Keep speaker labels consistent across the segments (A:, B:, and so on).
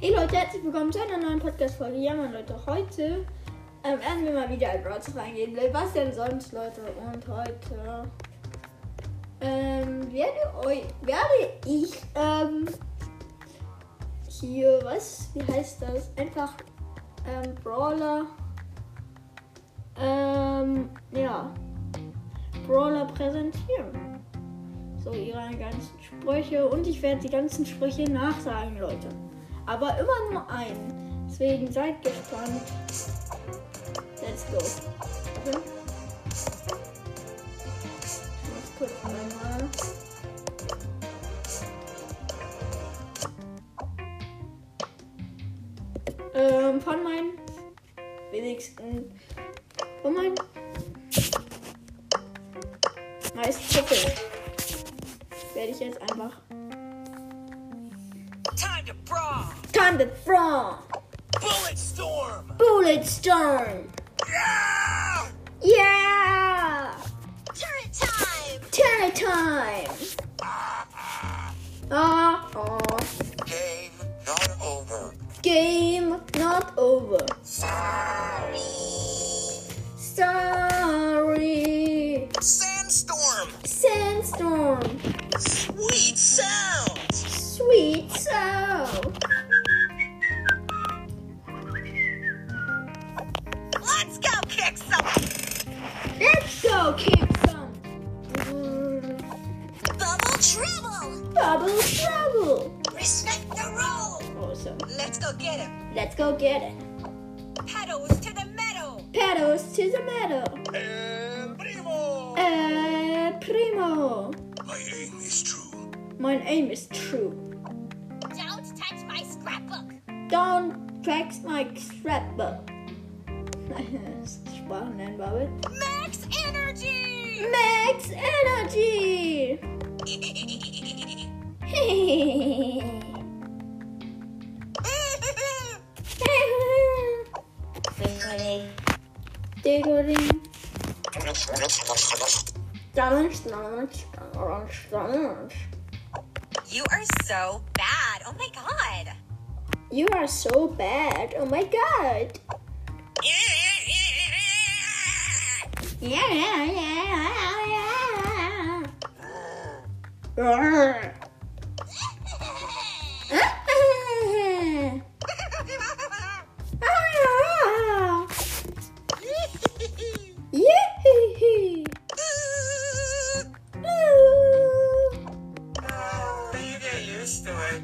A: Hey Leute, herzlich willkommen zu einer neuen Podcast-Folge. Ja, Mann, Leute, heute ähm, werden wir mal wieder ein Brawl reingehen. Was denn sonst, Leute? Und heute ähm, werde, eu werde ich ähm, hier, was? Wie heißt das? Einfach ähm, Brawler. Ähm, ja. Brawler präsentieren. So ihre ganzen Sprüche. Und ich werde die ganzen Sprüche nachsagen, Leute. Aber immer nur einen. Deswegen seid gespannt. Let's go. Okay. Ich muss kurz einmal. Ähm, von meinen wenigsten. Von meinen meist Tippel. Werde ich jetzt einfach.
B: Time to brawl!
A: Time to throw!
B: Bullet storm!
A: Bullet Storm!
B: Yeah!
A: Yeah!
B: Turret time!
A: Turn it time! Ah, ah.
B: Game not over.
A: Game not over. Sorry.
B: Sandstorm!
A: Sandstorm.
B: Sweet sound!
A: Sweet sound.
B: Let's go kick some
A: Let's go, kick some. Mm,
B: bubble trouble!
A: Bubble trouble.
B: Respect the rule!
A: Awesome.
B: Let's go get him!
A: Let's go get it.
B: Pedals to the meadow!
A: Pedals to the metal.
B: El primo!
A: Eh, primo.
B: My aim is true.
A: My aim is true.
B: Don't touch my scrapbook!
A: Don't crack my scrapbook. Sprachnennbubble.
B: Max energy!
A: Max Energy. Diggling. Orange, orange, orange, orange.
B: You are so bad. Oh my god.
A: You are so bad. Oh my god. Yeah, yeah, yeah, yeah, yeah. Ah. Yee-hee-hee. Uh.
B: You get used to it.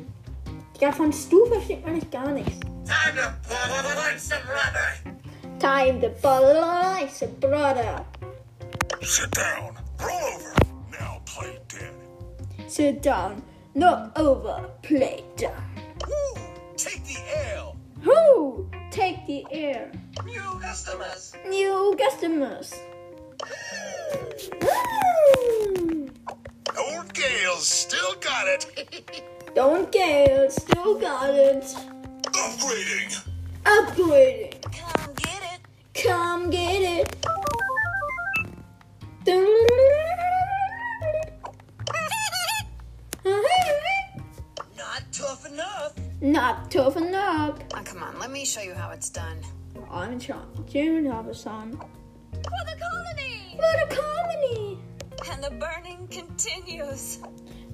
A: Ja, von Stu versteht man nicht gar nichts.
B: Time to pull like some rubber.
A: Time to polarize, brother.
B: Sit down. Roll over. Now play dead.
A: Sit down, knock over, play down.
B: Woo! Take the L.
A: Who? Take the air.
B: New customers.
A: New customers. Woo!
B: Old Gale's still got it.
A: Don't care, still got it.
B: Upgrading.
A: Upgrading.
B: Come get it.
A: Come get it.
B: Not tough enough.
A: Not tough enough.
B: Oh, come on, let me show you how it's done.
A: I'm Sean. June Hobson.
B: For the colony!
A: What a comedy!
B: And the burning continues.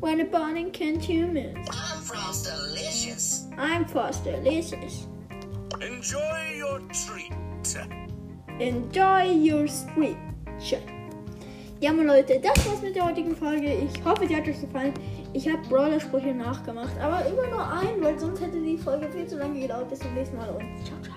A: When a burning consumers.
B: I'm Frostalicious.
A: I'm Foster Delicious.
B: Enjoy your treat.
A: Enjoy your sweet shit. Ja, meine Leute, das war's mit der heutigen Folge. Ich hoffe, die hat euch gefallen. Ich habe Brawler-Sprüche nachgemacht, aber immer nur einen, weil sonst hätte die Folge viel zu lange gedauert. Bis zum nächsten Mal und ciao, ciao.